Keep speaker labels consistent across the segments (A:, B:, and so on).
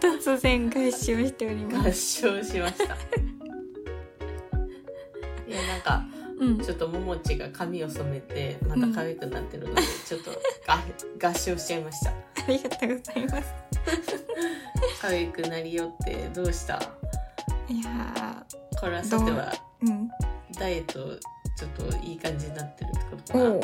A: 突然合唱しており
B: 合
A: ます。
B: 唱しました。いや、なんか、
A: うん。
B: ちょっとももちが髪を染めて、また可愛くなってるので、ちょっとが合唱しちゃいました。
A: ありがとうございます。
B: 可愛くなりよって、どうした
A: いや
B: これはさては、
A: ー、うん。
B: ダイエット、ちょっといい感じになってるってことかな。
A: おお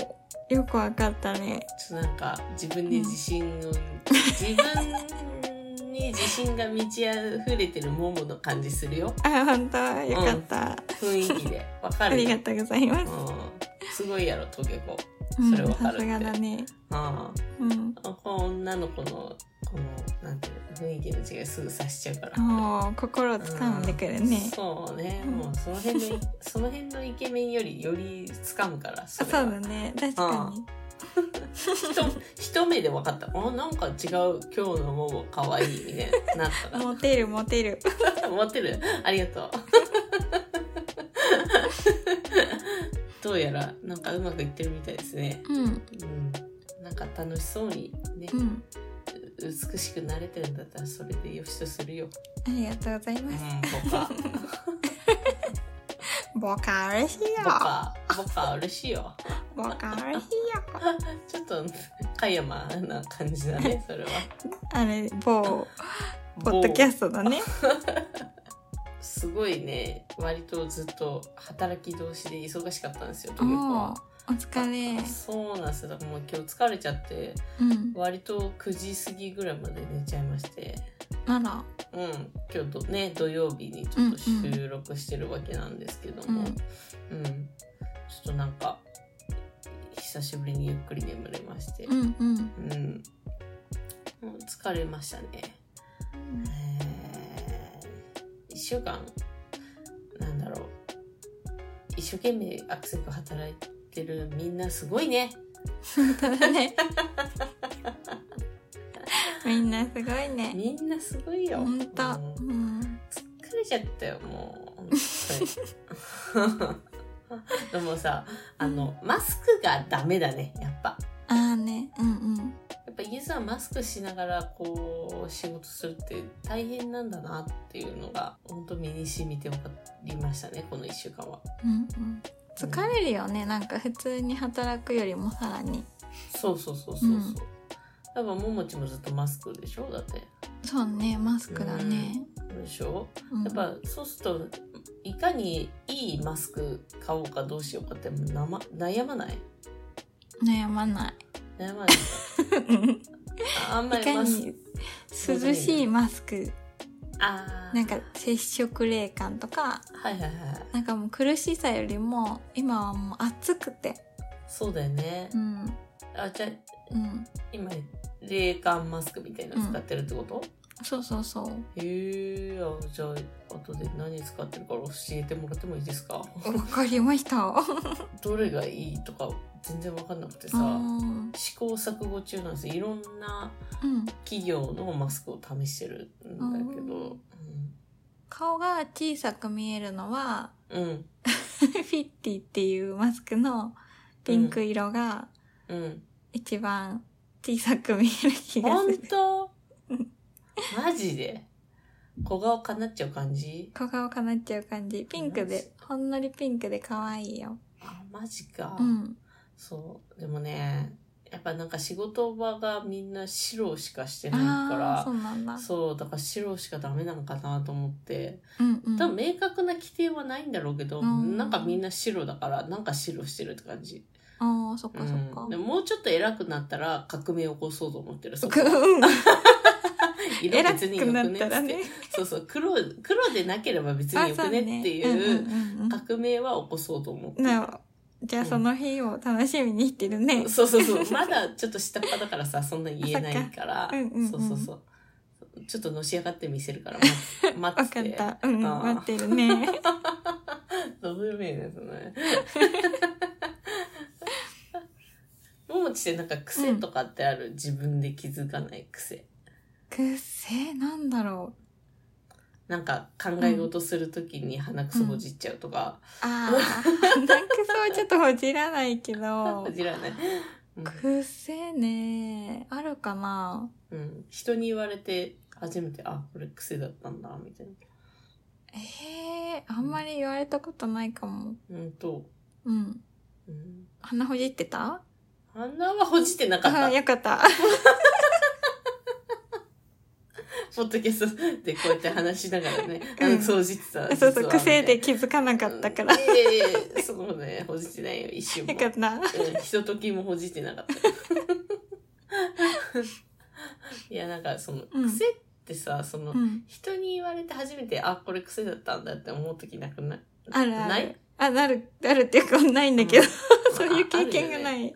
A: ー、よくわかったね。
B: ちょっとなんか自分に自信を、自分に自信が満ち溢れてるモモの感じするよ
A: あ、本当よかった、
B: 雰囲気でわか
A: あ
B: る
A: り
B: よ
A: がとうございます。
B: うん、すごいやろトゲ子
A: うん
B: それわか
A: さ
B: るって
A: すがだね。
B: あ
A: うん。
B: あこの女の子のこのなんていうの雰囲気の違いすぐ察しちゃうから
A: おお、心を掴んでくるね。
B: そうね、
A: うん
B: もうその辺の その辺のイケメンよりより掴むからそ
A: あ
B: れ
A: そうだ
B: は
A: ね。確かに。
B: 一一目で分かったあなんか違う今日のモモ可愛いみたいになったから
A: モテるモテる。
B: 持ってるありがとう どうやらなんかうまくいってるみたいですね
A: うん。
B: うんなんか楽しそうにね、
A: うん。
B: 美しくなれてるんだったらそれでよしとするよ、
A: ありがとうござい
B: うん
A: ます。、
B: 僕は
A: 僕は嬉しいよ。
B: 僕は僕は嬉しいよ
A: 僕は嬉しいよ。
B: ちょっと加山な感じ だねそれは
A: あれ、某、ポッドキャストだね。
B: すごいね割とずっと働き同士で忙しかったんですよ
A: お
B: トゲ子
A: お
B: は
A: ー、お疲れ。
B: そうなんですよだからもう今日疲れちゃって
A: うん。
B: 割と9時過ぎぐらいまで寝ちゃいまして、
A: あら、
B: うん、今日どね土曜日にちょっと収録してるわけなんですけども、うんちょっとなんか久しぶりにゆっくり眠れまして、
A: うんうん。
B: うんもう疲れましたね。えー、1週間なんだろう一生懸命アクセク働いてるみんなすごいね。
A: 本当だね。みんなすごいね。
B: みんなすごいよ。
A: 本当。
B: うん
A: うん。
B: 疲れちゃったよもう本当に でもさあのマスクがダメだねやっぱ
A: ああね、うんうん。
B: やっぱ家さんマスクしながらこう仕事するって大変なんだなっていうのが本当身に染みて分かりましたねこの1週間は
A: うんうん。疲れるよね。なんか普通に働くよりもさらに。
B: そうそうそうそうそう、
A: うん
B: 多分ももちもずっとマスクでしょだって
A: そうね、マスクだね。
B: でしょ
A: うん
B: やっぱそうするといかにいいマスク買おうかどうしようかってもうなま悩まない
A: 悩まない。
B: 悩まない
A: い
B: あんまり
A: か
B: マスク
A: に涼しいマスク。
B: あー
A: なんか接触冷感とか、
B: はいはいはい
A: なんかもう苦しさよりも、今はもう暑くて。
B: そうだよね、
A: うん。
B: あじゃあ
A: うん。
B: 今冷感マスクみたいなの使ってるってこと、
A: そうそうそう。
B: へえあじゃあ後で何使ってるから教えてもらってもいいですか
A: わかりました。
B: どれがいいとか全然分かんなくて
A: う
B: さ
A: ん。
B: 試行錯誤中なんですよいろんな
A: うん。
B: 企業のマスクを試してるんだけど
A: 顔が小さく見えるのは、
B: うんうん
A: フィッティっていうマスクのピンク色が
B: うん
A: 一番小さく見える気がす
B: 本
A: る。
B: 当マジで小顔かなっちゃう感じ
A: 小顔かなっちゃう感じ。ピンク
B: マジ
A: で、ほんのりピンクで可愛いよ。
B: あマジか、
A: うん。
B: そう。でもね、やっぱなんか仕事場がみんな白しかしてない
A: ああ、
B: か
A: そうなんだ
B: ら、。そう、だから白しかダメなのかなと思って、
A: うんうん。
B: 多分明確な規定はないんだろうけど、
A: うん
B: なんかみんな白だから、なんか白してるって感じ。
A: ああ、そっ
B: う
A: かそっか
B: ん、。でももうちょっと偉くなったら革命を起こそうと思ってる。そこ
A: うん
B: 色
A: 偉
B: 別によ
A: くな
B: く
A: っ
B: ね
A: たら
B: っ
A: ね
B: つって。そうそう、黒、黒でなければ別によくねっていう革命は起こそうと思ってる。
A: なじゃあその日を楽しみにしてるね。
B: そうそうそう。まだちょっと下っ端だからさ、そんな言えないか
A: そ
B: ら。
A: っかうんうんうん
B: そうそうそう。ちょっとのし上がって見せるから待、待
A: わ
B: って。
A: かってた。うん、
B: あー
A: 待ってるね。
B: ドブルメイですね。ももちってなんか癖とかってある、自分で気づかない癖。
A: くせなんだろう。
B: なんか考え事するときに鼻くそほじっちゃうとか、
A: ああ、鼻くそはちょっとほじらないけど
B: ほ、じらない。
A: 癖ねあるかな
B: うん、うん、人に言われて初めてあこれ癖だったんだみたいな
A: えー、あんまり言われたことないかも
B: うんと、
A: うん
B: うん、
A: 鼻ほじってた
B: 鼻はほじってなかっ
A: あ
B: た
A: よか った
B: ポッドキャストでこうやって話しながらね、
A: うん
B: あの、掃除ってた。
A: そうそう
B: 実は
A: 癖で気づかなかったから、
B: うんいやいやいやそのね、ほじってないよ、一瞬も。
A: よかった
B: うんひとときもほじってなかった。いや、なんかその、
A: うん
B: 癖ってさ、その、
A: うん
B: 人に言われて初めて、あ、これ癖だったんだって思うときなくない
A: あるあ
B: な
A: る
B: い
A: あなるあるっていうかないんだけど、
B: ん
A: そういう経験がない、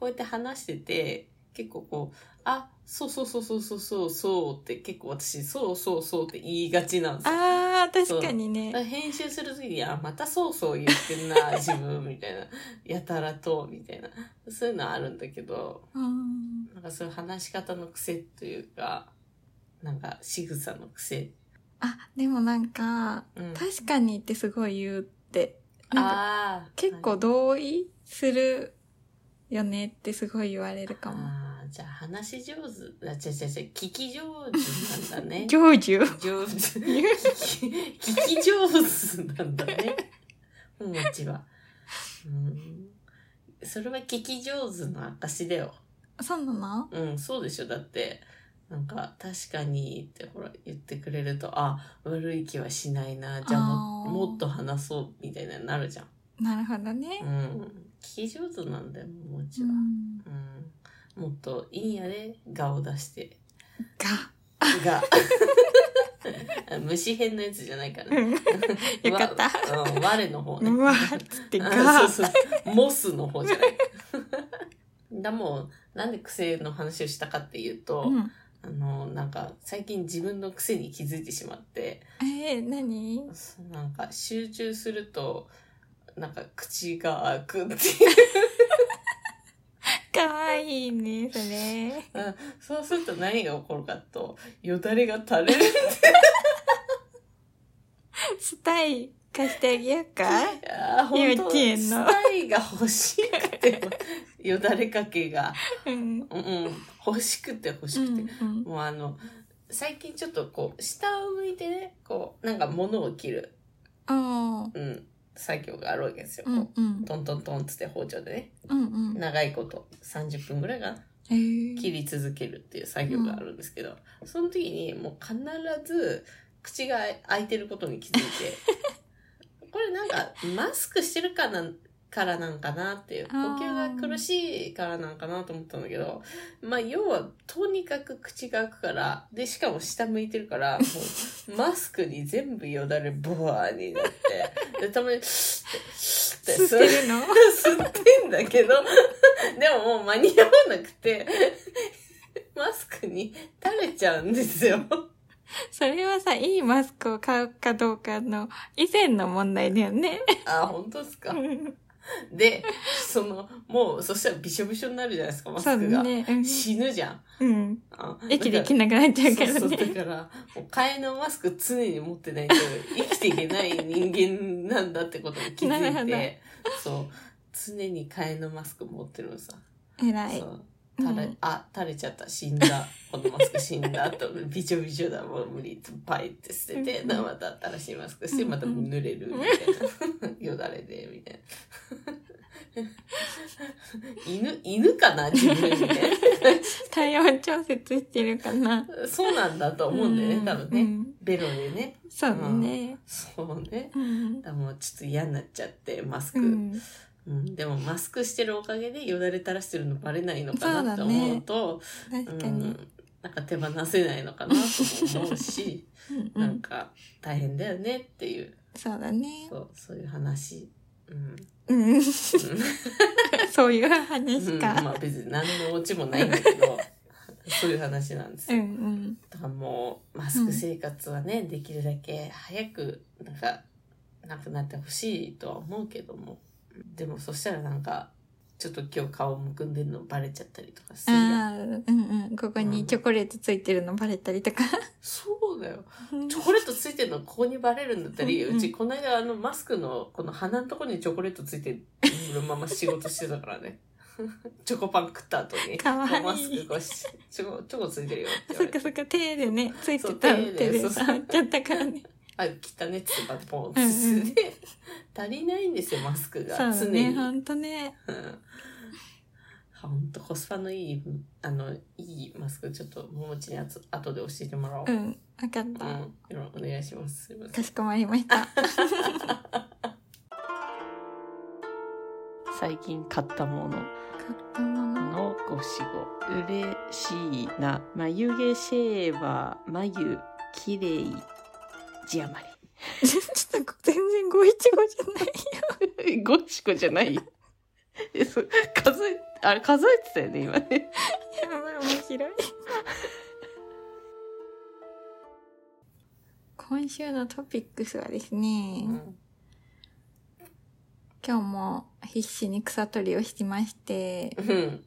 B: こうやって話してて、結構こう、あ、そうそうそうそうそうそうそうって結構私、そうそうそうって言いがちなんですよ
A: あー確かにね
B: だから編集するときに、あ、またそうそう言ってんな、自分、みたいな。やたらと、みたいな。そういうのはあるんだけど、
A: うん
B: なんかそういう話し方の癖というか、なんか仕草の癖。
A: あでもなんか
B: うん。
A: 確かにってすごい言うってなんか
B: ああ。
A: 結構同意するよねってすごい言われるかも
B: ああ、じゃあ話し上手。あ、ちゃちゃちゃ、聞き上手なんだね。
A: 成就
B: 上手。聞き聞き上手なんだね。ももちは。うん。それは聞き上手の証だよ。
A: そうなの
B: うん、そうでしょ。だって、なんか、確かにってほら言ってくれると、あ、悪い気はしないな、じゃあも
A: あー
B: もっと話そうみたいなのになるじゃん。
A: なるほどね
B: う、ん。聞き上手なんだよ、ももち
A: う
B: は。
A: ん、
B: うん。もっと、いいんやで、顔 出して。
A: が
B: が。虫編のやつじゃないから。
A: うんよかった
B: わうん、我の方ね。
A: うわっつってが
B: あそうそう。モスの方じゃない。 だもん、なんで癖の話をしたかっていうと、
A: うん、
B: あの、なんか、最近自分の癖に気づいてしまって、
A: えー、何
B: そうなんか、集中すると、なんか、口が 開くっていう。
A: かわいいねそれ
B: うんそうすると何が起こるかと、よだれが垂れる。
A: スタイ貸してあげよ うか
B: いやー、
A: 幼
B: ほんと
A: 稚園
B: ス
A: の
B: タイが欲しくて、よだれかけが、
A: うん
B: うんうん、欲しくて欲しくて。
A: うん
B: もうあの、最近ちょっとこう、下を向いてね、こう、なんか物を切る、
A: うん
B: うん、作業があるわけですよ。
A: うんうん
B: トントントンつって包丁でね。
A: うんうん
B: 長いこと30分ぐらいが
A: へー
B: 切り続けるっていう作業があるんですけど、その時にもう必ず口が開いてることに気づい てこれなんかマスクしてるかなからなんかなっていう呼
A: あー
B: 吸が苦しいからなんかなと思ったんだけどまあ要はとにかく口が開くからでしかも下向いてるからもうマスクに全部よだれブワーになってで たまに「 って
A: 吸
B: 吸
A: ってるの
B: 吸ってんだけど、 でももう間に合わなくて、マスクに垂れちゃうんですよ。
A: それはさいいマスクを買うかどうかの以前の問題だよね
B: あ、本当ですか
A: う。ん
B: で、その、もう、そしたらびしょびしょになるじゃないですか、マ
A: そう
B: スクが。
A: だね
B: 死ぬじゃん。
A: うんうん
B: あ
A: 息でき
B: だ
A: なくなっちゃうか
B: かららそうそう
A: ね
B: だから、もう替えのマスク常に持ってないと生きていけない人間なんだってことに 気
A: なる
B: づ
A: ほ
B: い
A: ど
B: て、そう、常に替えのマスク持ってるのさ。
A: 偉い
B: そう垂れ、
A: うん
B: あ、垂れちゃった。死んだ。このマスク死んだ。と、 びちょびちょだ。もう無理。パイって捨てて、
A: うん
B: なまた新しいマスクして、
A: うん
B: また濡れる。みたいな。 よだれで、みたいな。 犬、犬かな自分みたい
A: 体温調節してるかな
B: な。 そうなんだと思うんだよね、多分
A: う
B: ね。
A: ん
B: ベロでね。
A: そうだね
B: そうね。
A: うん
B: だからもうちょっと嫌になっちゃって、マスク。
A: う
B: うん
A: ん
B: でもマスクしてるおかげでよだれ垂らしてるのバレないのかなって思うと、
A: 確かに
B: うん、なんか手放せないのかなとも思うし、
A: うんう
B: なん
A: ん
B: か大変だよねっていう、
A: そうだね
B: そう、そういう話。 うん。
A: うん
B: う
A: そういうん話
B: ま
A: か
B: あ別に何のオチもないんだけど、 そういう話なんです
A: うん
B: よ。
A: うん
B: だからもう、マスク生活はね、できるだけ早く、なんか、なくなってほしいとは思うけども、でもそしたらなんか、ちょっと今日顔むくんでるのバレちゃったりとかするやん
A: ああうんうんここにチョコレートついてるのバレたりとか
B: そうだよ。 チョコレートついてるのここにバレるんだったり、
A: うんうん
B: うちこの間あのマスクのこの鼻のとこにチョコレートついてるまま仕事してたからね。 チョコパン食った後に、
A: かわいい
B: マスク越し、チョコ、チョコついてるよって言
A: そ
B: わ
A: っ
B: れて
A: かそっか、手でね、ついてた
B: そう手で
A: 手で
B: そうそう
A: 触っちゃったから ね。
B: あ、汚ねっつうか、ポンっ
A: うんう
B: て
A: ん
B: 捨てて、足りないんですよ、マスク
A: そ
B: が。
A: うだ
B: 常
A: ね、
B: に。
A: ほんとね。
B: うんほんとコスパのいい、あの、いいマスク、ちょっと、ももちにあつ後で教えてもらおう。
A: う
B: うん。よ
A: ん、わかった。
B: ろお願いします。すいません
A: かしこまりました。
B: 最近買ったもの
A: 買ったもの。
B: のごしご。嬉しいな。眉毛シェーバー、眉、きれい、字余
A: ちょっと全然五一五じゃない。
B: り。 ごしごじゃないよ。え、そ、数え、あれ数えてたよね、今ね。
A: やばい、面白い。今週のトピックスはですね、今日も必死に草取りをしまして
B: う、ん。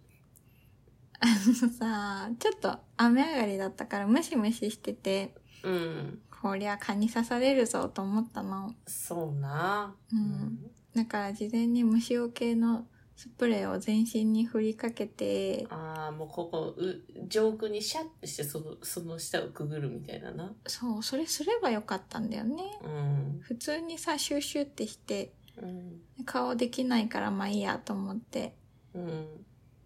A: あのさ、ちょっと雨上がりだったからムシムシしてて、
B: うん。
A: こりゃ蚊に刺されるぞと思ったの。
B: そうな。
A: うん。だから事前に虫除けのスプレーを全身に振りかけて、
B: ああ、もうここ、う、上空にシャッてして、その、その下をくぐるみたいなな。
A: そう、それすればよかったんだよね。
B: うん。
A: 普通にさ、シューシューってして、
B: うん。
A: 顔できないからまあいいやと思って、
B: うん。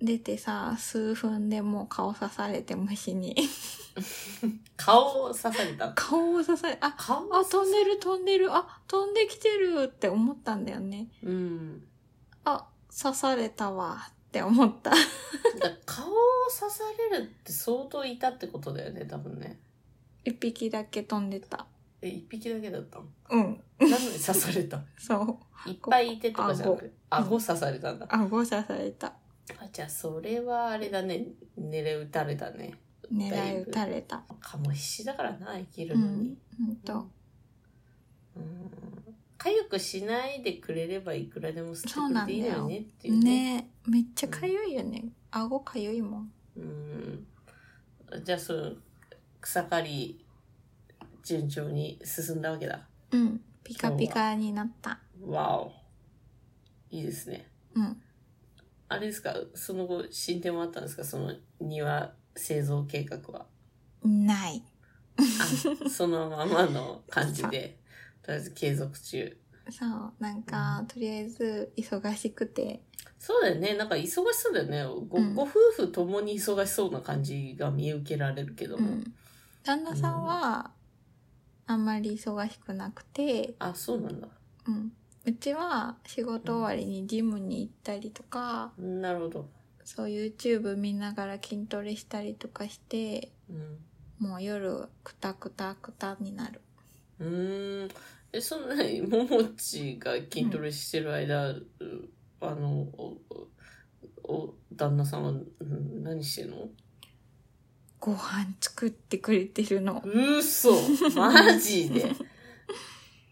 A: 出てさ、数分でもう顔刺されて虫に。
B: 顔を刺された。
A: 顔を刺され、あ、
B: 顔
A: あ、飛んでる飛んでる、あ、飛んできてるって思ったんだよね。
B: うん。
A: あ、刺されたわって思った。
B: だから顔を刺されるって相当いたってことだよね、多分ね。
A: 一匹だけ飛んでた。
B: え、一匹だけだったの
A: うん、
B: なのに刺され た。
A: そう。
B: いっぱいいてとかじゃなくて、
A: 顎
B: 顎刺されたんだ。
A: 顎刺された。
B: あ、じゃあそれはあれだね、狙い撃たれたね。
A: 狙い撃たれた。
B: かも必死だからな、生き
A: う
B: るのに
A: ん。。ほんと。
B: うん。痒くしないでくれればいくらでも捨てくれていいのよねっていうね。
A: ねめっちゃかゆいよね。顎かゆいもん。
B: うん。じゃあその、草刈り、順調に進んだわけだ。
A: うん。ピカピカになった。
B: わお。いいですね。
A: うん。
B: あれですか、その後進展もあったんですか、その庭製造計画 は。
A: ない。
B: あそのままの感じ で、とりあえず継続中。
A: そう。なんか、とりあえず、忙しくて。
B: そうだよね。なんか忙しそうだよね。ご,、
A: うん
B: ご夫婦ともに忙しそうな感じが見受けられるけど
A: う
B: も。
A: ん。旦那さんは、あんまり忙しくなくて、
B: あ、そうなんだ。
A: うん。うちは、仕事終わりにジムに行ったりとか、
B: なるほど。
A: そう YouTube 見ながら筋トレしたりとかして、
B: うん。
A: もう夜、くたくたくたになる。
B: うーん。え、そんなに、ももちが筋トレしてる間、うあの、お、おお、旦那さんはうん何してんの
A: ご飯作ってくれてるの。
B: うそマジ で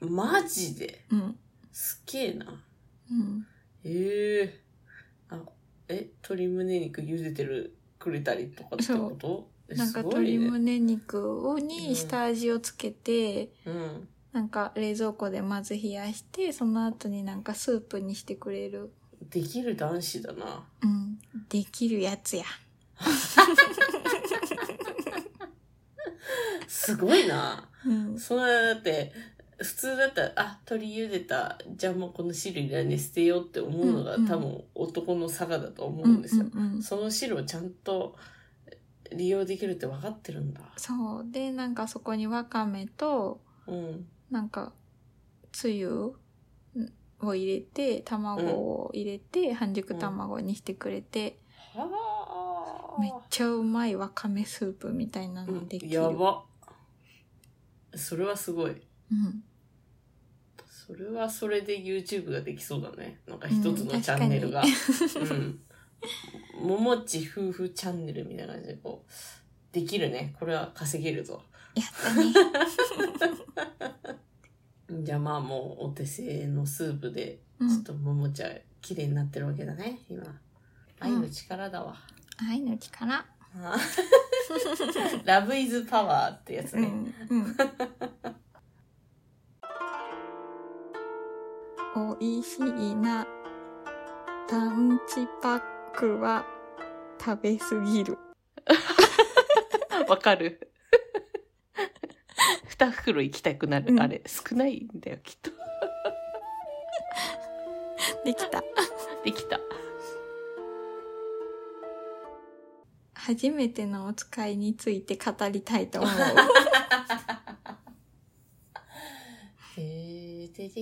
B: マジで
A: うん。
B: すげえな。
A: うん。
B: ええあ、え、鶏胸肉茹でてる、くれたりとかってことえ
A: なんか
B: すご
A: 鶏
B: いね。
A: 胸肉を
B: うん
A: に下味をつけて、
B: うん。
A: なんか冷蔵庫でまず冷やして、その後になんかスープにしてくれる。
B: できる男子だな。
A: うん。できるやつや。
B: すごいな。
A: うん。
B: そんな、だって、普通だったら、あ、鶏茹でた、じゃあもうこの汁いらねえ捨てようって思うのが、
A: うんうん
B: 多分男の差がだと思
A: う
B: うんんですよ。
A: うんうん
B: その汁をちゃんと利用できるって分かってるんだ。
A: そう。で、なんかそこにわかめと、
B: うん。
A: なんか、つゆんを入れて、卵を入れて、半熟卵にしてくれて、
B: は
A: めっちゃうまいわかめスープみたいなのできる。
B: やば。それはすご
A: う
B: い。
A: ん。
B: それはそれで YouTube ができそうだね。なんか一つのチャンネルが。うん。ももち夫婦チャンネルみたいな感じでこう、できるね。これは稼げるぞ。
A: やったね。
B: じゃあまあもうお手製のスープで、
A: う
B: ちょっ
A: ん。
B: とももちゃん綺麗になってるわけだね、今。愛の力だわ。
A: 愛の力。
B: あ ー ラブイズパワーってやつ
A: う
B: ね。
A: ん。うん。 おいしいな。ランチパッくは食べすぎる。
B: わかる。二袋行きたくなる、
A: うん
B: あれ少ないんだよきっと
A: できた。
B: できた
A: 初めてのお使いについて語りたいと思う。
B: 「でーでででで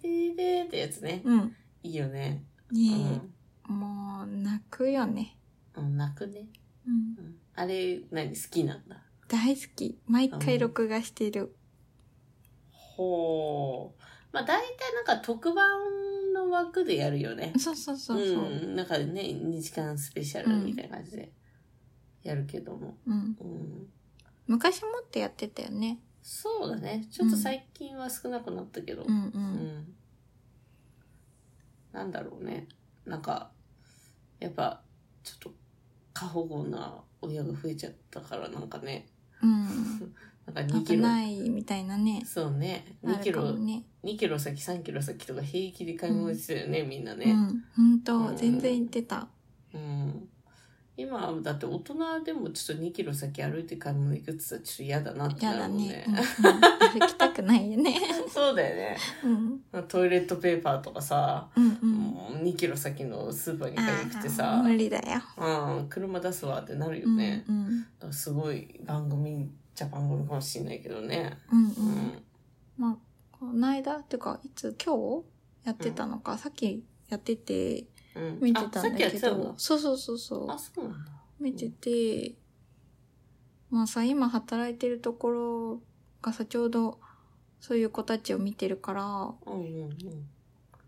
B: ででで」ってやつね
A: うん。
B: いいよねう
A: ね
B: ん
A: え、もう泣くよね。
B: うん泣くね
A: うん
B: う、んあれ何好きなんだ
A: 大好き。毎回
B: うん
A: 録画してる。
B: ほうまあ大体なんか特番の枠でやるよね
A: そうそうそうそう。
B: ん、なんかね2時間スペシャルみたいな感じでやるけども、
A: うん、
B: うん、
A: 昔もってやってたよね。
B: そうだねちょっと最近は少なくなったけど、
A: うんう。
B: うんんなんだろうねなんかやっぱちょっと過保護な親が増えちゃったからなんかね
A: うん。
B: なんか2キ
A: 危
B: ロ
A: ないみたいなね。
B: そうね
A: あ
B: 2キ
A: るかも
B: ロ、
A: ね。
B: 2キロ先3キロ先とか平気で買い物してたよね、みんな
A: う
B: ね、
A: ん。ほん
B: う
A: と、
B: ん
A: 全然言ってた。
B: うん今だって大人でもちょっと2キロ先歩いて買い物行くって言ったらちょっと嫌だなって
A: や
B: な
A: だ
B: るもん
A: ね
B: ね。
A: うんうん歩きたくないよね。
B: そうだよね
A: うん。
B: トイレットペーパーとかさ、
A: うんうん。
B: もう2キロ先のスーパーに買いに来て
A: あー
B: さ
A: 無理だよ。
B: うん、車出すわってなるよね。
A: うんうん。
B: だからすごい番組じゃ番組かもしれないけどね。
A: うん
B: う
A: うん。
B: ん。
A: まあ、この間っていうか、いつ、今日やってたのか、さっきやってて、
B: うん、
A: 見てた
B: あさっ
A: ん
B: きや
A: だ
B: っ
A: け
B: てたんだ
A: ど、。そうそうそうそう。
B: あ、そうなんだ。
A: 見てて、まあさ、今働いてるところがさ、ちょうどそういう子たちを見てるから、
B: うんうんうん。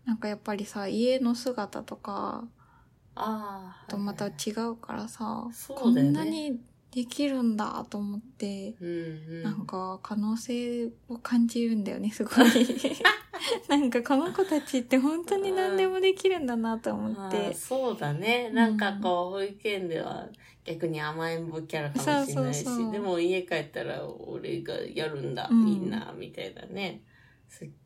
A: なんかやっぱりさ、家の姿とか
B: ああ。
A: とまた
B: はい
A: 違うからさ、
B: そ
A: こ
B: うだよ
A: んな
B: ね。
A: にできるんだと思って、
B: うんうん。
A: なんか可能性を感じるんだよね、すごい。 なんかこの子たちって本当に何でもできるんだなと思っ
B: あー
A: て。
B: そうだね。なんかこう、保育園では逆に甘えん坊キャラかもしれないし、
A: そうそうそう
B: でも家帰ったら俺がやるんだ、
A: うん
B: みんな、みたいなね。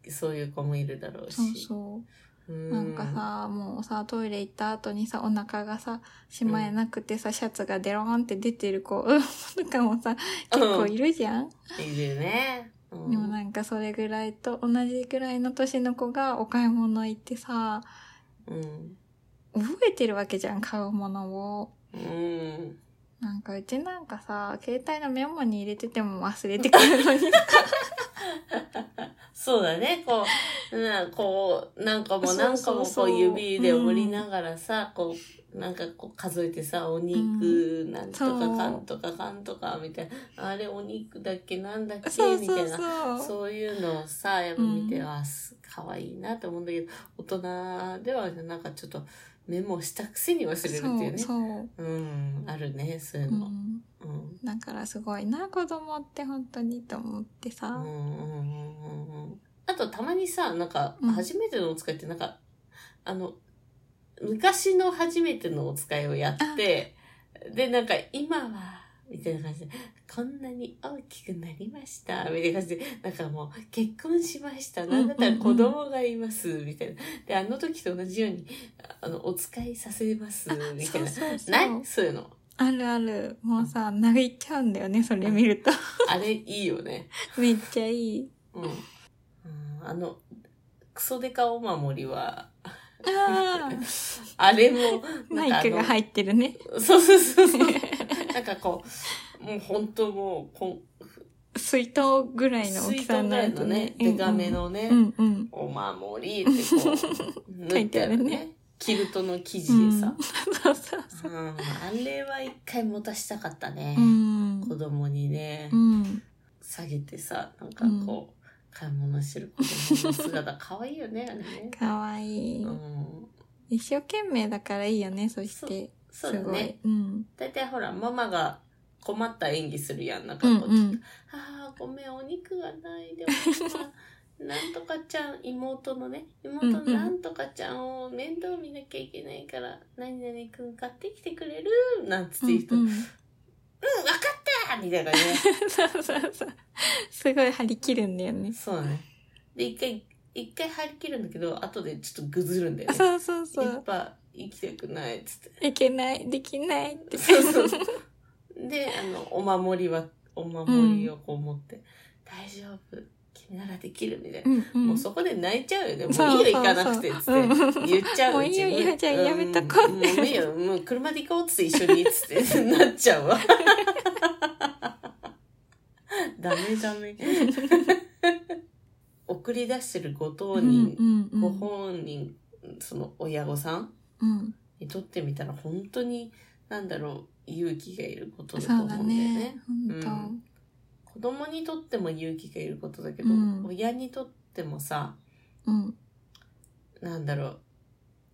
B: そそういう子もいるだろうし。
A: そうそう。
B: う
A: なんかさ、もうさ、トイレ行った後にさ、お腹がさ、しまえなくてさ、シャツがデローンって出てる子、 うん、とかもさ、結構いるじゃん、
B: いるね。うん
A: でもなんかそれぐらいと同じぐらいの年の子がお買い物行ってさ、
B: うん。
A: 覚えてるわけじゃん、買うものを。
B: うん。
A: なんかうちなんかさ、携帯のメモに入れてても忘れてくるのに。
B: そうだね、こう、うん、こう、なんかも
A: そう
B: 何
A: そ
B: 個
A: う
B: もこ
A: そう
B: う指で折りながらさ、こう、なんかこう数えてさ、お肉、なんと
A: そう
B: かかんとかかんとか、みたいな、あれお肉だっけなんだっ け
A: そう
B: み
A: そ
B: た
A: う
B: いな。
A: そう。
B: そういうのをさ、やっぱ見て、
A: うん
B: あ、す可愛いなと思うんだけど、大人ではなんかちょっとメモしたくせに忘れるっていうね。
A: そうそう。
B: うん、あるね、そういう
A: う
B: の。
A: ん。
B: うん
A: だからすごいな、子供って本当にと思ってさ。
B: うんうんうんうんうんあとたまにさ、なんか、
A: うん
B: 初めてのお使いってなんか、あの、昔の初めてのお使いをやって、で、なんか今は、みたいな感じで、こんなに大きくなりました、みたいな感じで、なんかもう、結婚しました、なんだったら子供がいます、みたいな。で、あの時と同じように、あの、お使いさせます、みたい
A: そう
B: な。
A: そうそう。
B: ないそういうの。
A: あるある。もうさ、泣いちゃうんだよね、それ見ると。
B: あれ、いいよね。
A: めっちゃい い。
B: うん。うんあの、クソデカお守りは、
A: あ
B: あれも、
A: あ、マイクが
B: っ
A: 入ってるね。
B: そうそうそうそう。なんかこう、もう本当もう、こん
A: 水筒ぐらいの大
B: 水
A: き
B: 筒
A: さ
B: ぐ
A: にな
B: らい
A: る
B: の
A: と
B: ね
A: ね、。
B: デカめ。のね、
A: うんうん。
B: お守りってこう、縫
A: 書
B: ってある
A: いてある
B: ね
A: ね。
B: キルトの生
A: う
B: 地で
A: ん
B: さ。
A: そうそうそ
B: うん、あれは一回持たしたかったね
A: う。う。ん。
B: 子供にね
A: う、ん。
B: 下げてさ、なんかこう、買い物してる子供の姿、可愛いよね、あれ ね。
A: かわいい。
B: うん
A: 一生懸命だからいいよね、そして。
B: そう
A: す
B: だ
A: ご
B: ね
A: い。。うん。
B: 大体ほら、ママが困った演技するやん。なんか
A: う
B: こう、
A: んうん。
B: ああ、ごめん、お肉がない。でも、まあ、なんとかちゃん、妹のね、妹の
A: うんうん
B: なんとかちゃんを面倒見なきゃいけないから、何々くん買ってきてくれるなんつって言う人、
A: う
B: うん、
A: ん
B: わ、
A: うん
B: かったみたいな感じ
A: そうそうそう。すごい張り切るんだよね
B: で。。そうだね。で、一回、一回張り切るんだけど、後でちょっとぐずるんだよね。
A: そうそうそ
B: やっ
A: う。
B: ぱ、行きたくないっつって。
A: いけない、できないって。
B: そうそうそう。 で、あの、お守りは、お守りをこう持って、大丈夫、君ならできるみたい な。
A: うんうん
B: もうそこで泣いちゃうよね。も
A: そう
B: ういいよ、行かなくて、つって
A: そうそううん。
B: 言っちゃう。
A: もういいよ
B: 自分
A: いいよじゃあやめとこうって
B: んもういいよ、もう車で行こうっつって一緒に、つ って、なっちゃうわ。ダメダメ。送り出してるご当人、
A: うんうんう
B: ご
A: ん
B: 本人、その親御さん
A: うん
B: にとってみたら本当に何だろう勇気がいることだと
A: そ
B: 思う
A: うん
B: だ
A: だ
B: よね
A: ね。本
B: 子供にとっても勇気がいることだけど、
A: うん
B: 親にとってもさ
A: 当。うん。
B: なんだろう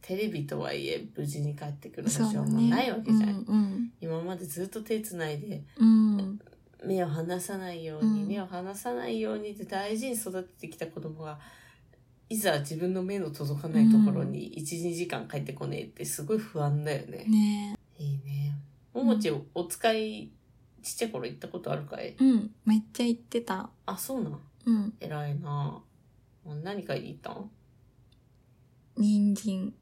B: テレビとはいえ無事に帰ってくる
A: そう
B: 話
A: だ
B: は
A: ね。
B: もうないわけじゃん、
A: うん
B: 今までずっと手つないで
A: うん。うん。
B: 目を離さないように、
A: うん
B: 目を離さないようにって大事に育ててきた子供がいざ自分の目の届かないところに12、時間帰ってこねえってすごい不安だよね。
A: ね
B: いいね。ももち、お使い、ちっちゃい頃行ったことあるかい
A: え。うん。めっちゃ言ってた。
B: あ、そうなん。
A: うん。
B: 偉いな何か行ったん
A: 人参。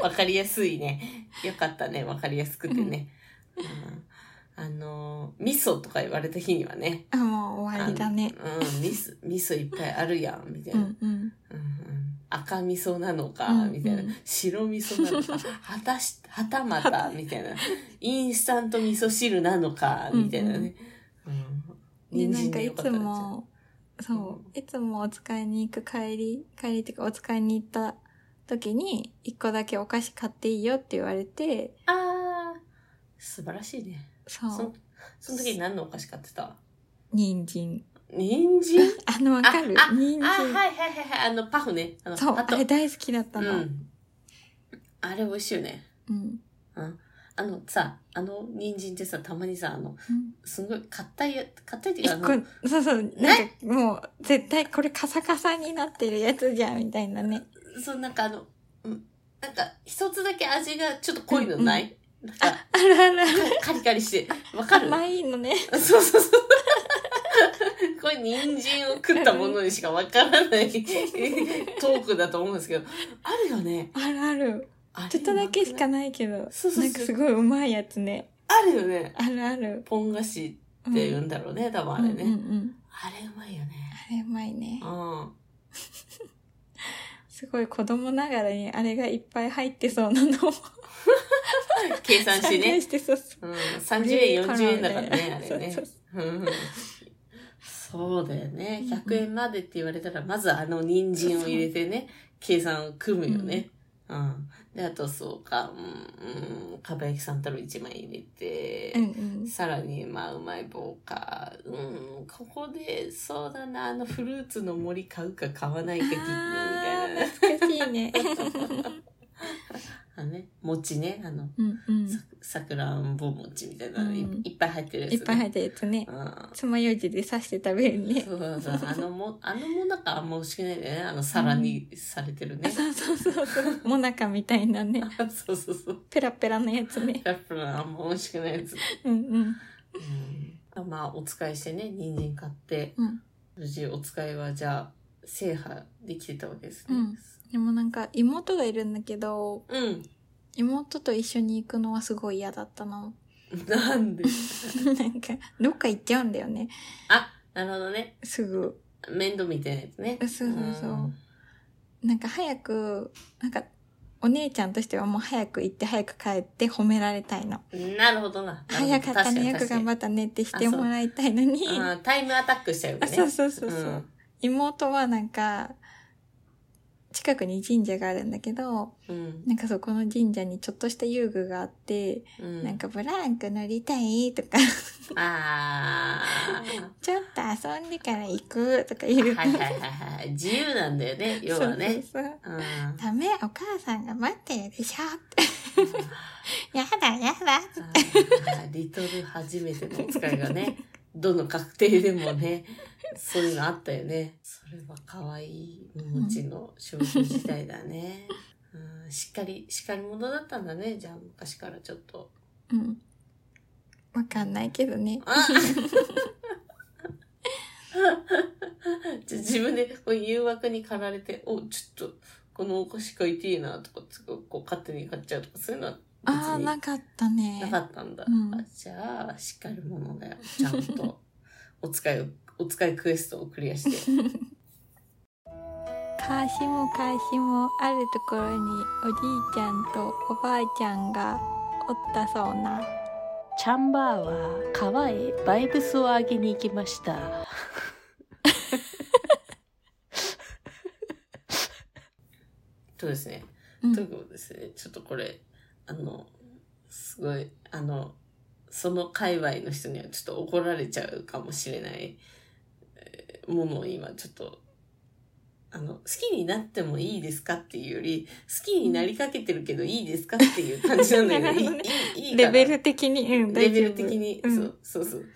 B: わかりやすいね。よかったね。わかりやすくてね。うんあの、味噌とか言われた日にはね。
A: あ、もう終わりだね。
B: あのうん、味噌、 味噌いっぱいあるやん、みたいうな。
A: んうん。
B: うんうん赤味噌なのか
A: うんうん、
B: みたいな。白味噌な のか、はたし、はたまた、みたいな。インスタント味噌汁なのか、みたいなね。うん
A: で、なんか
B: で
A: い
B: よった
A: つ
B: らじゃあ
A: も、そう、いつもお使いに行く帰り、帰りっていうかお使いに行った時に、一個だけお菓子買っていいよって言われて、
B: あー、素晴らしいね。
A: そ
B: そうの、その時何のお菓子買ってた
A: 人参。
B: 人参
A: あの、わかる
B: あ
A: 人
B: あ、はい
A: 参。
B: はいはいはい。あの、パフね。あの、
A: そう、
B: パ
A: あ
B: ト。
A: れ大好きだった
B: う
A: の。
B: ん。あれ美味しいよね。
A: うん。
B: うん。あのさ、あの人参ってさ、たまにさ、あの、
A: うん
B: すごい硬いや、硬いっていう
A: 一
B: か、あの
A: 個、そうそう、なんかもう、絶対これカサカサになってるやつじゃん、みたいなね。
B: そう、なんかあの、うんなんか、一つだけ味がちょっと濃いのない、なんか、
A: あるあるある。
B: カリカリして、わかる
A: 甘いのね。
B: そうそうそう。これ、人参を食ったものにしかわから ないトークだと思うんですけど、あるよね。
A: あるある。
B: あれ
A: ちょっとだけしか
B: なく
A: ないけど。
B: そうそうそう
A: なんかすごいうまいやつね。
B: ないあるよね。
A: あるある。
B: ポン菓子って
A: うん
B: 言うんだろうね、多分あれね。
A: うんうんうん
B: あれうまいよね。
A: あれうまいね
B: う。ん。
A: すごい子供ながらにあれがいっぱい入ってそうなのを
B: 計算してね
A: 再現。してそうそう。
B: うん、30円、40円だから
A: これいい
B: ね、
A: か
B: あ
A: な
B: れね
A: そう。そ
B: うんそうだよね。
A: うんうん
B: 100円までって言われたら、まずあの人参を入れてね、計算を組むよね。うん。で、あとそうか、うん、うん、かば焼き三太郎1枚入れて、
A: ううんうん。
B: さらに、まあ、うまい棒か、うん、ここで、そうだな、あのフルーツの森買うか買わないか聞くみたいな
A: あ
B: ね。
A: ー懐かしいね。
B: あのね、餅ね、あの、
A: うんうん。
B: ささくらんぼ餅みたいなのい、
A: うん
B: いっぱい入ってるやつ、
A: いっぱい入ってるやつね。
B: うん。
A: 爪楊枝で刺して食べるね。
B: そうそうそう。あのも、あのもなんかあんま美味しくないんだよね。あの皿にされてる ね。
A: そうそうそうそう。もなかみたいなね。
B: そうそうそう。
A: ペラペラのやつね。
B: やっぱあんま美味しくないやつ。
A: うんうん。
B: うん、まあ、お使いしてね、人参買って、
A: うん
B: 無事お使いはじゃあ、制覇できてたわけですね。
A: うんでもなんか妹がいるんだけど、
B: うん。
A: 妹と一緒に行くのはすごい嫌だったの。
B: なんで
A: なんか、どっか行っちゃうんだよね。
B: あ、なるほどね。
A: すぐ。
B: 面倒見てないやつね。
A: そうそうそう
B: うん
A: なんか早く、なんか、お姉ちゃんとしてはもう早く行って早く帰って褒められたいの。
B: なるほどな。
A: 早かったね、よく頑張
B: っ
A: ったねってしてもらいたいのに。 あ
B: タイムアタックしちゃうよね。
A: そうそうそうそう、
B: うん
A: 妹はなんか、近くに神社があるんだけど、
B: うん。
A: なんかそこの神社にちょっとした遊具があって、
B: うん。
A: なんかブランク乗りたいとか、
B: ああ。
A: ちょっと遊んでから行くとか言うか
B: はいはい
A: ら。
B: はいはい。自由なんだ よね、要はね。
A: そうそうそう
B: うん。
A: ダメ、お母さんが待ってるでしょって。やだ、やだ。
B: あーリトル初めてのお使いがね、どの確定でもね、そういうのあったよね。それは可愛いお餅の少女時代だね。うん、しっかり、しっかり者だったんだね、じゃあ昔からちょっと。
A: うん。わかんないけどね。
B: あじゃあ自分でこう誘惑に駆られて、お、ちょっと、このお菓子買いてえなとかつうかこう勝手に買っちゃうとかそういうのは別
A: ああ、
B: に
A: なかったね。
B: なかったんだ、
A: うん
B: あじゃあしっかり者だよちゃんと お使いをお使いクエストをクリアして
A: 返しも返しもあるところにおじいちゃんとおばあちゃんがおったそうな
C: チャンバーは川へバイブスを上げに行きました。
B: そうですね
A: うん
B: ということですねちょっとこれあのすごいあのその界隈の人にはちょっと怒られちゃうかもしれないえーものを今ちょっとあの好きになってもいいですかっていうより好きになりかけてるけどいいですかっていう感じなんだ けどいいいいいいか
A: レ
B: な
A: ベル的に、うん、
B: レ
A: 大
B: ベ
A: 丈夫
B: ル的に、
A: うん、
B: そうそうそう好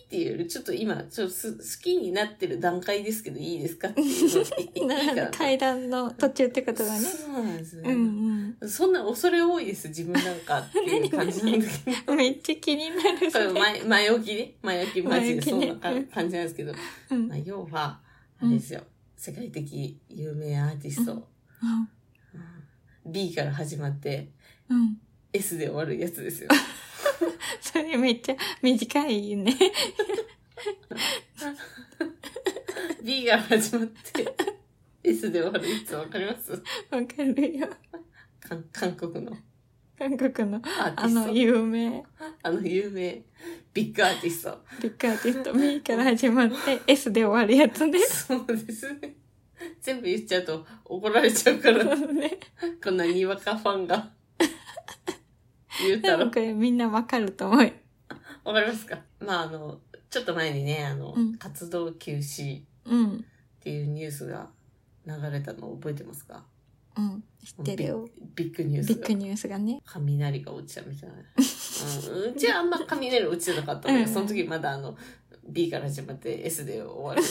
B: きっていうよりちょっと今ちょっとす好きになってる段階ですけどいいで すかっていうのいい
A: なる
B: い
A: ほ
B: いか
A: ど
B: な
A: 階段の途中ってことだね
B: そうなんです
A: う
B: ね、
A: ん
B: そんな恐れ多いです、自分なんかっていう感じなんだけど。
A: うんめっちゃ気になる
B: これ
A: それ
B: 前 前置きね。前置きマジでそんなか
A: 前置きね
B: 感じなんですけど。
A: うん
B: まあ、要は、あれですよ。世界的有名アーティスト。うん B から始まって
A: うん
B: S で終わるやつで すよ。
A: それめっちゃ短いね
B: B から始まって S で終わるやつわかります
A: わかるよ
B: 韓韓国の
A: 韓国の
B: アーテ
A: あ
B: ィスト。あ
A: の
B: の
A: 有名
B: 有名ビッグアーティスト。
A: ビッグアーティスト B から始まって S で終わるやつね
B: そうですね。全部言っちゃうと怒られちゃうか ら。
A: そうね
B: こんなにわかファンが言う
A: で
B: たら
A: もこれみんなわかると思う
B: わかりますかまああのちょっと前にねあの、
A: うん
B: 活動休止っ
A: うん
B: ていうニュースが流れたのを覚えてますか
A: うん知ってるよ
B: ビッグニュー
A: ビ
B: ス
A: ッ
B: が
A: グニュースがね
B: 雷が落ちた みたいな、うん、うちはあんま雷落ちてなかったんだけど、
A: うん
B: その時まだあの B から始まって S で終わる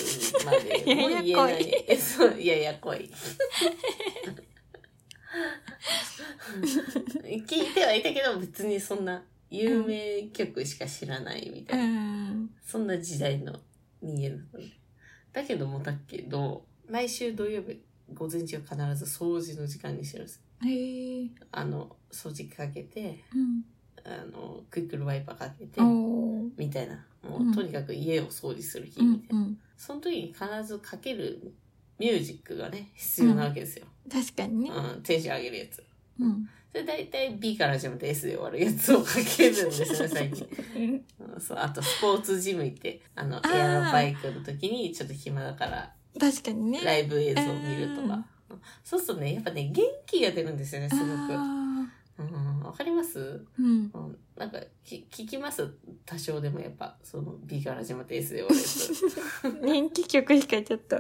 B: まで
A: や
B: もう言え
A: や
B: な
A: こい
B: いそうややこい聞いてはいたけど別にそんな有名曲しか知らないみた
A: う
B: いな、
A: ん
B: そんな時代の人間だったのだけどもだけど毎週土曜日午前中は必ず掃除の時間にしてるんです
A: へえ
B: あの掃除機かけて
A: うん
B: あのクイックルワイパーかけて
A: おー
B: みたいなも
A: うん
B: うとにかく家を掃除する日
A: う
B: み
A: ん
B: たいうな、
A: ん
B: その時に必ずかけるミュージックがね必要なわけですよ、
A: 確かに
B: う
A: ね
B: んテンション上げるやつ
A: うん
B: それ大体 B から始めて S で終わるやつをかけるんですね最 近、うん、そうあとスポーツジム行ってあの
A: あー
B: エアロバイクの時にちょっと暇だから
A: 確かにね
B: ライブ映像を見ると
A: う
B: か
A: ん、
B: うんそうするとねやっぱね元気が出るんですよねすごく
A: あ
B: うんわかります
A: ーうん
B: うんなんかき聞きます多少でもやっぱその B から始まって S で終わるやつ、
A: 人気曲しかちょっと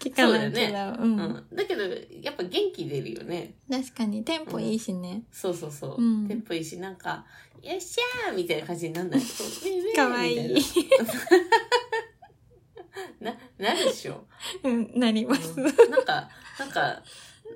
A: 聞かないけ
B: そう
A: ど
B: だ
A: う
B: うんん、だけどやっぱ元気出るよね
A: 確かにテンポいいしね
B: そうそうそう、
A: うん
B: テンポいいしなんか「よっしゃー!」みたいな感じになんないそうウェイウェイ
A: かわいい
B: みたいなななるでしょ、
A: うんなり
B: う
A: ます
B: ん、なんかなんか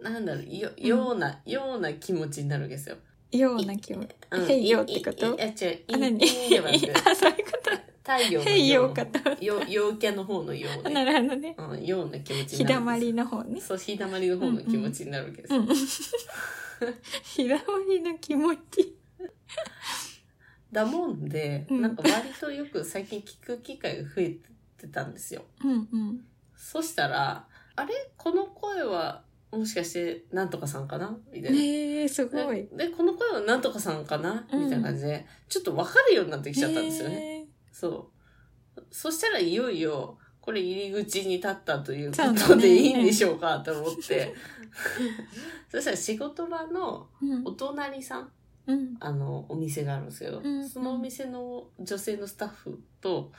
B: なんだろうよような、ような気持ちになるわけですよ。
A: ような気も
B: うん
A: へいよってこと
B: いいいあ違う。
A: あ何
B: いいいいではな く
A: あそういうこと
B: 太陽の
A: へいよう
B: 陽
A: かと
B: 陽陽キャの方の陽ね。
A: なるほどね
B: うん、ような気持ち
A: 日
B: に
A: だ
B: な
A: ま
B: るんです
A: りの方ね
B: そう日だまりの方の気持ちになるわけです、
A: うん日だまりの気持ち
B: だもんで、
A: うん
B: なんか割とよく最近聞く機会が増えてたんですよ
A: うんうん
B: そしたらあれこの声はもしかしてなんとかさんかなみたいな、
A: ねえすごい
B: ででこの声はなんとかさんかなみたいな感じで、ちょっと分かるようになってきちゃったんですよね、
A: ね
B: そうそしたらいよいよこれ入り口に立ったというこ
A: そうだ
B: と
A: ね
B: でいいんでしょうかと思って、そしたら仕事場の
A: えうん
B: お隣さん
A: うん
B: あのお店があるんですけど、
A: うん
B: そのお店の女性のスタッフと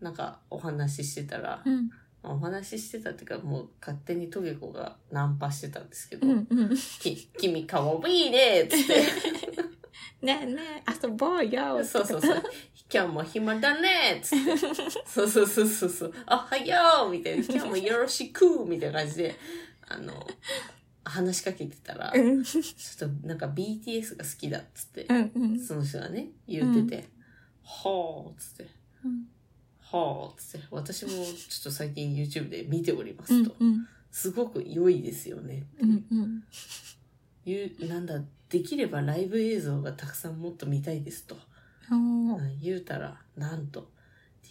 B: なんかお話ししてたら、
A: うん
B: お話ししてたっていうかもう勝手にトゲ子がナンパしてたんですけど「
A: うんうん
B: き君かわいいね」っつって
A: ねえねえ遊ぼうよ
B: 「そうそうそう今日も暇だね」っつって「そうそうそうそうそうおはよう」みたいな「今日もよろしく」みたいな感じであの話しかけてたら、
A: うん
B: ちょっとなんか BTS が好きだっつって。
A: うんうん
B: その人がね、言ってて、はあっつって、
A: うん
B: はあっつって、私もちょっと最近 YouTube で見ておりま
A: う
B: す
A: ん
B: と。
A: うん
B: すごく良いですよね。
A: うんうん。
B: いう、なんだ、できればライブ映像がたくさんもっと見たいですと。
A: お
B: あ
A: ー
B: 言うたら、なんと、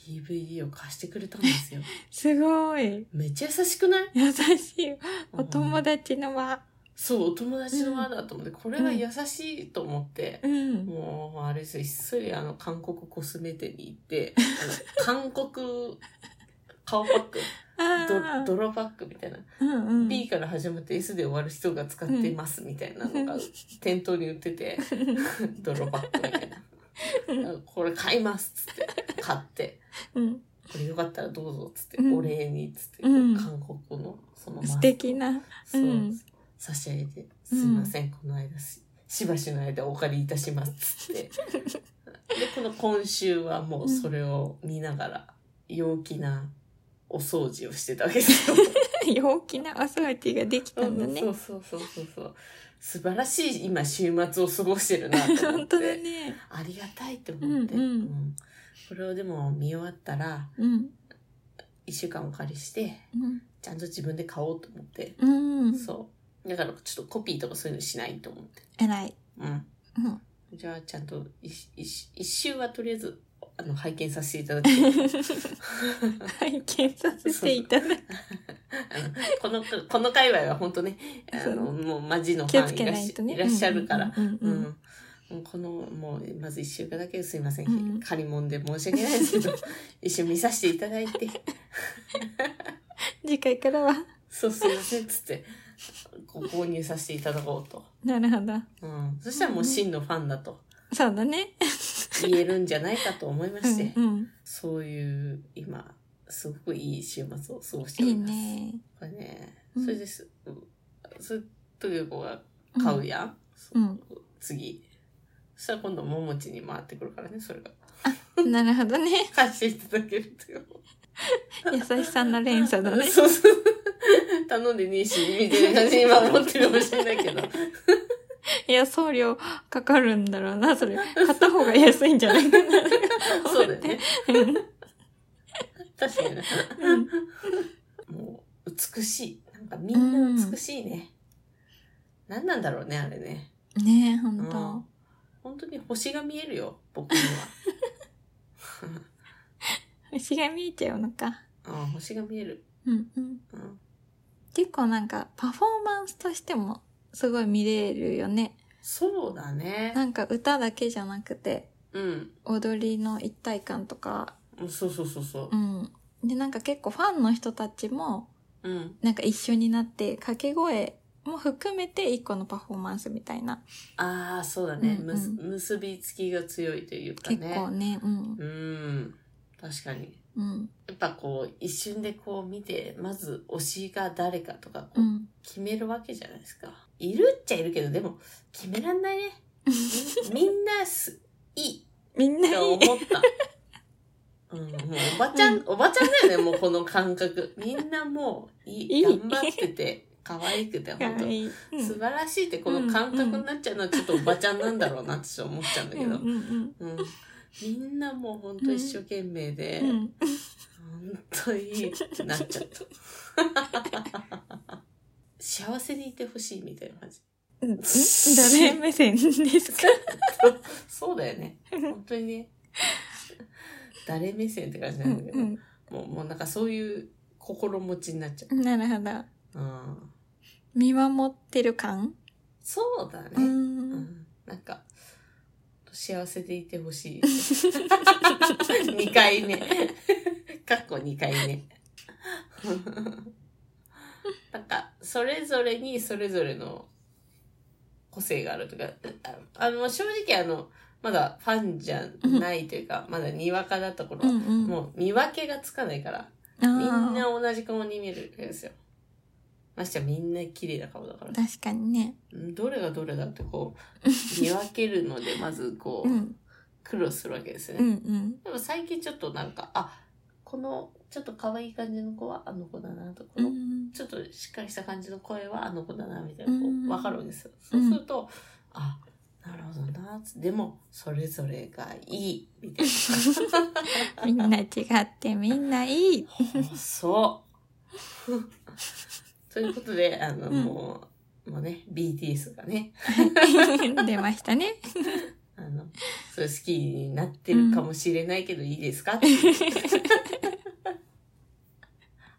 B: DVD を貸してくれたんで すよ。
A: すごい。
B: めっちゃ優しくない
A: 優しい。お友達の輪。
B: そう、お友達の輪だと思って、これは優しいと思って、
A: うん。
B: もう、あれですよ、ひっそりあの、韓国コスメ店に行 って、あの韓国顔パック、
A: あ
B: ド泥パックみたいな、
A: あ。うんうん。
B: B から始まって S で終わる人が使ってますみたいなのが
A: うん
B: 店頭に売って て、泥パックみたいな。あこれ買いますっつって、買って、
A: うん。
B: これよかったらどうぞっつって、
A: うん
B: お礼にっつって、
A: うん
B: 韓国のそのマスク
A: 素敵な。
B: そう、
A: うん
B: 差し上げて、すいません、この間し、しばしの間お借りいたしますっつって。で、この今週はもうそれを見ながら、陽気なお掃除をしてたわけで すよ。
A: 陽気なお掃除ができたんだね
B: そ。うそうそうそうそう。素晴らしい今週末を過ごしてるなと思
A: 本
B: っ
A: 当だ
B: て。
A: ね。
B: ありがたいと思って、
A: うんうん
B: うんこれをでも見終わったら、
A: うん。
B: 一週間お借りして、
A: うん
B: ちゃんと自分で買おうと思って。
A: うん。
B: そう。だからちょっとコピーとかそういうのしないと思って。
A: 偉い。
B: うん。
A: うん。
B: じゃあ、ちゃんと一、一、一周はとりあえず、あの、拝見させていただきます
A: 拝見させていただき
B: あのこの、この界隈は本当ね、あの、
A: そう
B: もうマジのフ
A: 気を
B: ァ
A: つ
B: ンい
A: け
B: らっ
A: ない
B: し
A: とね。
B: いらっしゃるから。
A: うんう
B: うんん。
A: うんうん。
B: もうこの、もう、まず一週間だけすいません。
A: うん
B: 借り物で申し訳ないですけど、 一緒見させていただいて、
A: 次回からは。
B: そうすいません、つって、ご購入させていただこうと。
A: なるほど。
B: うん。そしたらもう真のファンだと
A: そうだね。
B: 言えるんじゃないかと思いま
A: う
B: して、
A: んうん。
B: そういう、今、すごくいい週末を過ごしてお
A: いい
B: ります。
A: ね。
B: これね、
A: うん
B: それです。そういう時子が買うやん。
A: うん
B: そう次。そしたら今度、ももちに回ってくるからね、それが。
A: うん。なるほどね。
B: 貸していただけるという。
A: 優しさの連鎖だね。
B: そうそう。頼んでねえし、みたいな感じで今思ってるかもしれない けど。
A: いや、送料かかるんだろうな、それ。買った方が安いんじゃないかな。
B: そうだよね。確かにな。
A: うん。
B: もう、美しい。なんかみんな美しいね。何なんだろうね、あれね。
A: ねえ、ほ
B: うんん
A: と。
B: 本当に星が見えるよ、僕 には。
A: 牛が見えちゃうのか。
B: うん、星が見える。
A: うんうん。
B: うん、
A: 結構なんか、パフォーマンスとしても、すごい見れるよね。
B: そうだね。
A: なんか歌だけじゃなくて、
B: うん。
A: 踊りの一体感とか、
B: そうそうそうそ
A: う。
B: う
A: ん。で、なんか結構ファンの人たちも、
B: うん。
A: なんか一緒になって、掛け声も含めて一個のパフォーマンスみたいな。
B: ああ、そうだね、
A: うんうん
B: むす結びつきが強いというかね。
A: 結構ね、うん。
B: うん。確かに。
A: うん。
B: やっぱこう、一瞬でこう見て、まず推しが誰かとかこ
A: う。
B: うん決めるわけじゃないですか。いるっちゃいるけど、でも、決めらんないね。みみんなす、いい。
A: みんな
B: っ
A: い
B: て
A: い。
B: 思った。うん、もうおばちゃん、おばちゃんだよね、もうこの感覚。みんなもう、い
A: い
B: い、
A: い
B: 頑張ってて、 可愛くて、
A: か
B: 本
A: わ
B: 当
A: いい。うん
B: 素晴らしいって、この感覚になっちゃうのはちょっとおばちゃんなんだろうなってちょっと思っちゃうんだけど
A: う。んうん
B: うん。みんなもう本当一生懸命で、
A: うんう
B: 本
A: ん。
B: 当いいってなっちゃった。 幸せにいてほしいみたいな感じ。
A: うん誰目線ですか
B: そうだよね。本当にね。誰目線って感じ
A: う
B: なんだけど。
A: ん
B: もう、もうなんかそういう心持ちになっちゃ
A: うん。なるほど。
B: う。うん。
A: 見守ってる感
B: そうだね。
A: う
B: うん。
A: ん。
B: なんか、幸せでいてほ しい。2回目。 かっこ2回目。 なんか、それぞれにそれぞれの個性があるとか、ああの、正直あの、まだファンじゃないというか、まだにわかだった頃
A: う
B: は、
A: んうん。
B: もう見分けがつかないから、
A: み
B: みんな同じ顔に見えるんですよ。ましてやみんな綺麗な顔だから。
A: 確かにね。
B: どれがどれだってこ う、見分けるので、まずこ
A: う
B: う、
A: ん。
B: 苦労するわけですよ
A: う
B: ね。
A: んうん。
B: でも最近ちょっとなんか、あ、このちょっと可愛い感じの子はあの子だなと、こ
A: う
B: の
A: ん。
B: ちょっとしっかりした感じの声はあの子だなみたいなこ
A: うん
B: う、わかるんですよ。そうすると、あ、なるほどな、つでも、それぞれがいい、みたいな。
A: みんな違ってみんないい。
B: そう。 ということで、あの、
A: うん
B: もう、もうね、BTS がね、
A: 出ました ね。
B: あの、それ好きになってるかもしれないけど、いいですかっていう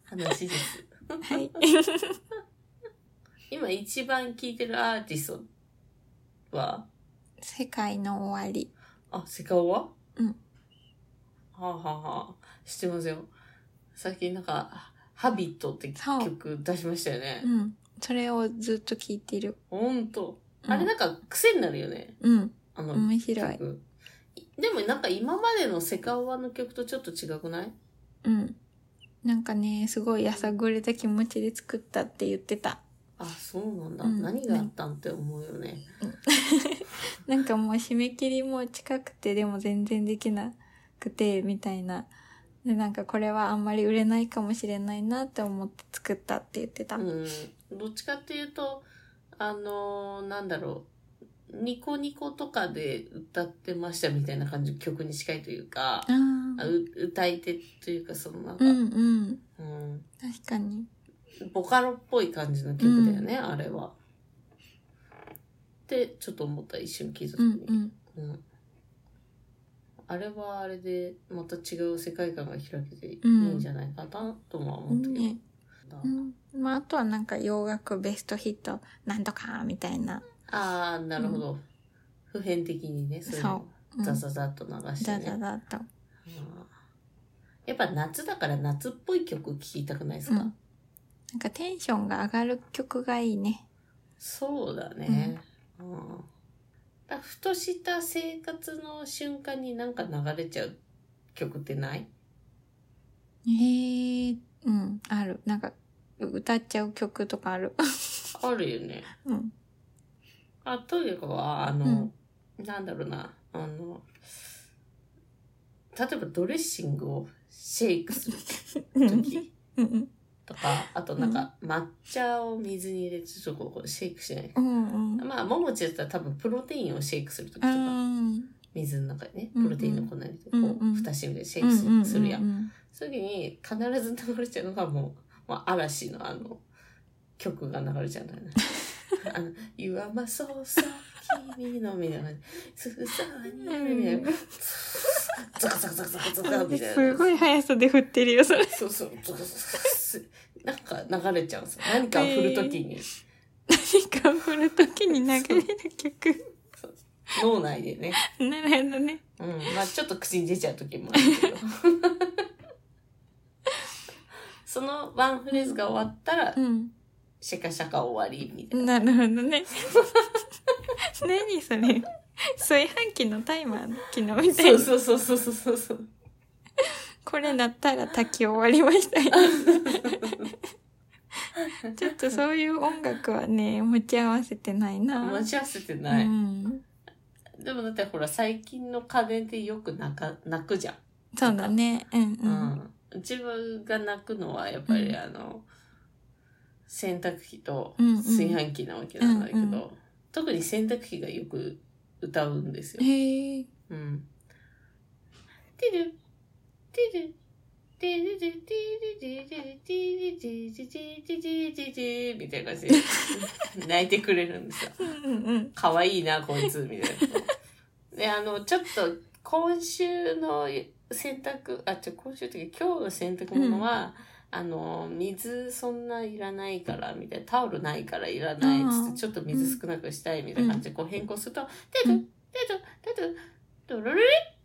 B: 話です。
A: はい。
B: 今一番聴いてるアーティストは、
A: 世界の終わり。
B: あ、セカオワ
A: うん。
B: はあ、はあはあ、知ってますよ。最近なんか、ハビットって
A: そう
B: 曲出しましたよね
A: う。ん。それをずっと聞いてる。
B: ほんと。
A: うん
B: あれなんか癖になるよね。
A: うん。
B: あの、
A: 面白い。
B: 曲。でもなんか今までのセカオワの曲とちょっと違くない
A: うん。なんかね、すごいやさぐれた気持ちで作ったって言ってた。
B: あ、そうなんだ。
A: うん
B: 何があったんって思うよね。
A: なんかもう締め切りも近くてでも全然できなくてみたいな。で、なんかこれはあんまり売れないかもしれないなって思って作ったって言ってた。
B: うん。どっちかっていうと、あのーなんだろう。ニコニコとかで歌ってましたみたいな感じの曲に近いというか、
A: あ
B: あ
A: あ。
B: う歌い手というか、そのなんか、
A: うんうん。
B: うん
A: 確かに。
B: ボカロっぽい感じの曲だよね、あれは。って、ちょっと思った、一瞬聞いた時
A: うんう
B: に。
A: ん。
B: うんあれはあれで、また違う世界観が開けていいんじゃないかな、とも思ったけど。
A: ね
B: だ
A: うん。まああとはなんか洋楽ベストヒットなんとかみたいな。
B: ああ、なるほど。普遍的にね、そういうの
A: うん、
B: ザ
A: ザ
B: ザザっと流して
A: ザ
B: ね。
A: ザと。
B: うんやっぱ夏だから夏っぽい曲聴きたくないですか、
A: うんなんかテンションが上がる曲がいいね。
B: そうだね。うん。だふとした生活の瞬間になんか流れちゃう曲ってない
A: へえ、うん、ある。なんか、う歌っちゃう曲とかある。
B: あるよね。
A: うん。
B: あ、というかは、あの、なんだろうな、あの、例えばドレッシングをシェイクする
A: うん
B: とき。
A: うん
B: と か、あとなんか抹茶を水に入れてちょっとこうシェイクしない。
A: うん。うん
B: まあ、ももちだったら多分プロテインをシェイクするときと
A: う
B: か、
A: ん。
B: 水の中にね、
A: うん
B: プロテインの粉入れて、こ
A: うんう
B: う、
A: ん
B: 蓋閉めてシ
A: う
B: ェイク
A: ん
B: すするや。
A: うんん
B: そういう時に必ず流れちゃうのがもう、 まあ、嵐のあの、曲が流れちゃうんだよね。 あの、You are my soul, so 君のみたいな感じ。すさにみたいな。ザカザカザカザカザカ
A: うん
B: みたいな。
A: すごい速さで振ってるよ、それ。
B: そうそう、そうそうなんか流れちゃうんですよ。何かを振るときに、
A: 何かを振るときに流れる曲。
B: 脳内でね。
A: なるほどね。
B: うん。まあちょっと口に出ちゃうときもあるけど。 そのワンフレーズが終わったら
A: う、ん。
B: シャカシャカ終わりみたいな。
A: なるほどね。何それ。炊飯器のタイマーの機能みたい
B: そう
A: な。
B: そうそうそうそうそう。
A: これなったら炊き終わりましたよ。ちょっとそういう音楽はね、持ち合わせてないな。。
B: 持ち合わせてないう
A: ん。
B: でもだってほら、最近の家電ってよく泣か、泣くじゃん。
A: そうだね。うんう。
B: うんん。自分が泣くのはやっぱ
A: う
B: り
A: ん
B: あの、洗濯機と
A: うんうん
B: 炊飯器なわけなんだけど、
A: うんうん
B: 特に洗濯機がよく歌うんですよ。
A: へえ。
B: うん。ティル、ティル、ティルティルティルティルティルティルティルティルティルティルみたいな感じで泣いてくれるんですよ。
A: うんうん。
B: かわいいな、こいつ、みたいな。で、あの、ちょっと、今週の洗濯、あ、ちょ、今週っていうか、今日の洗濯物は、あの、水そんないらないから、みたいな、タオルないからいらないっつ
A: あ
B: っ
A: ー
B: て、ちょっと水少なくしたい、みたいな感じで、こう変更すると、て
A: う
B: る
A: ん
B: てるてるドロリ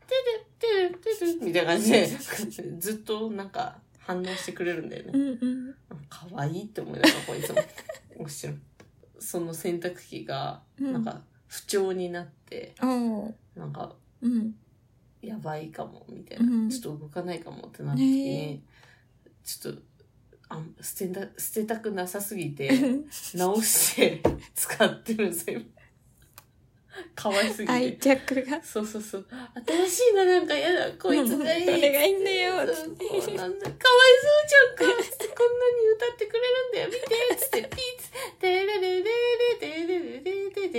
B: てるてるてるみたいな 感じで、ずっとなんか反応してくれるんだよね
A: う。んうん。
B: 可愛いって思いながらこういつも面白いその洗濯機が
A: うん
B: なんか不調になって、
A: おう。
B: なんか
A: うん。
B: やばいかもみたいな、
A: うん
B: ちょっと動かないかもってなった時
A: ね
B: に、ちょっとあん捨てた捨てたくなさすぎ て直して使ってるんですよ今可愛すぎ
A: 愛
B: て
A: 着が。
B: そうそうそう新しいのなんか嫌だこいつがいい
A: うんそれがいいんだよ
B: そう
A: つって
B: こうなんだかわいそうじゃんかつってこんなに歌ってくれるんだよ見てつってピーツテレレレレテレレレテレレレテレ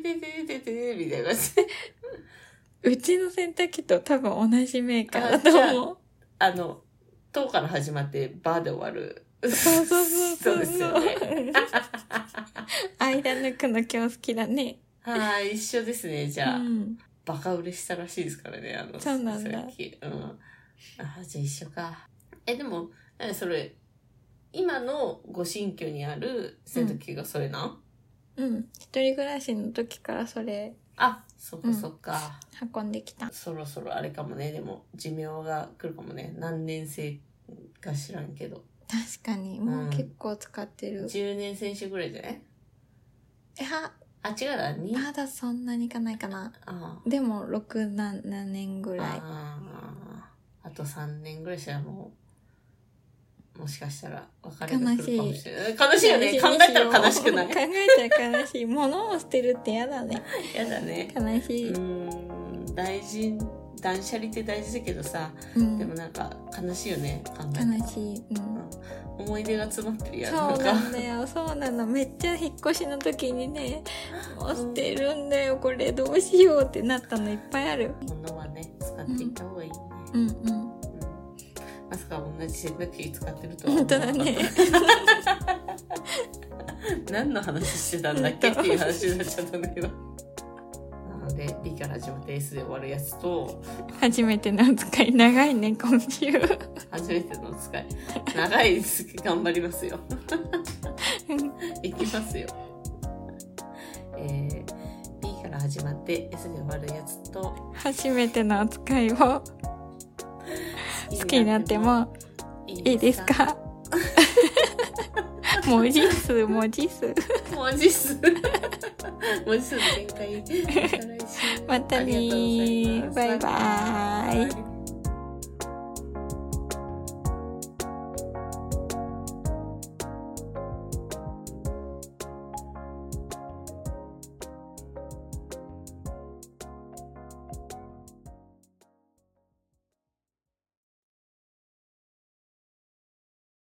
B: レレテレみたいな感じで
A: うちの洗濯機と多分同じメーカーだと思う。
B: あの「と」から始まって「ば」で終わる
A: そうそうそう
B: そ
A: そうう
B: ですよね。
A: 間抜くの今日好きだね。
B: はい、一緒ですね、じ
A: う
B: ゃあ。
A: ん。
B: バカ売れしたらしいですからね、あの、
A: そうなんだ
B: さっき。うん。ああ、じゃあ一緒か。え、でも、え、それ、今のご新居にある生徒級がそれなん、
A: うん。一人暮らしの時からそれ
B: あ、そっ
A: う
B: か
A: ん
B: そっか。
A: 運んできた。
B: そろそろあれかもね、でも、寿命が来るかもね。何年生か知らんけど。
A: 確かに、もう結構使ってる。
B: 10年選手ぐらいじゃない
A: いや、
B: あ、違うだ、に
A: まだそんなにいかないかな。
B: あ
A: でも、6、7年ぐ
B: ー
A: らい。
B: あーあと3年ぐらいしたらもう、もしかしたら別れが来るかもしれない。悲しいよね。考えたら悲しくない
A: 考。えたら悲しい。物を捨てるって嫌だね。
B: やだね。
A: 悲し
B: う
A: い。
B: ーん、大事、断捨離って大事だけどさ、
A: うん。
B: でもなんか悲しいよね。考えたら
A: 悲しい。うん。
B: 思い出が詰まってるや
A: そ
B: ん。
A: う
B: な
A: なんん
B: か
A: だよ、そうなの。めっちゃ引っ越しの時にね、もう捨てるんだよ、これどうしようってなったのいっぱいある。
B: 物はね、使っていった方がいいね。
A: うんうん。
B: うんまさか同じ洗濯機使ってるとは
A: 本
B: 思
A: 当
B: わなか
A: だ
B: った
A: ね。
B: 何の話してたんだっ けっていう話になっちゃったんだけど。なので B から始まって S で終わるやつと
A: 初めてのお使い、長いね、今週。
B: 初めてのお使い長いですけど頑張ります よいきますよえー、B から始まって S で終わるやつと
A: 初めてのお使いを好きになってもいいですか 文字数、文字数。
B: 文字 数文字 数の展開また
A: また
B: 来週
A: ねー
B: ありがとうござい
A: バイバ
B: ます
A: ーイ
B: バイ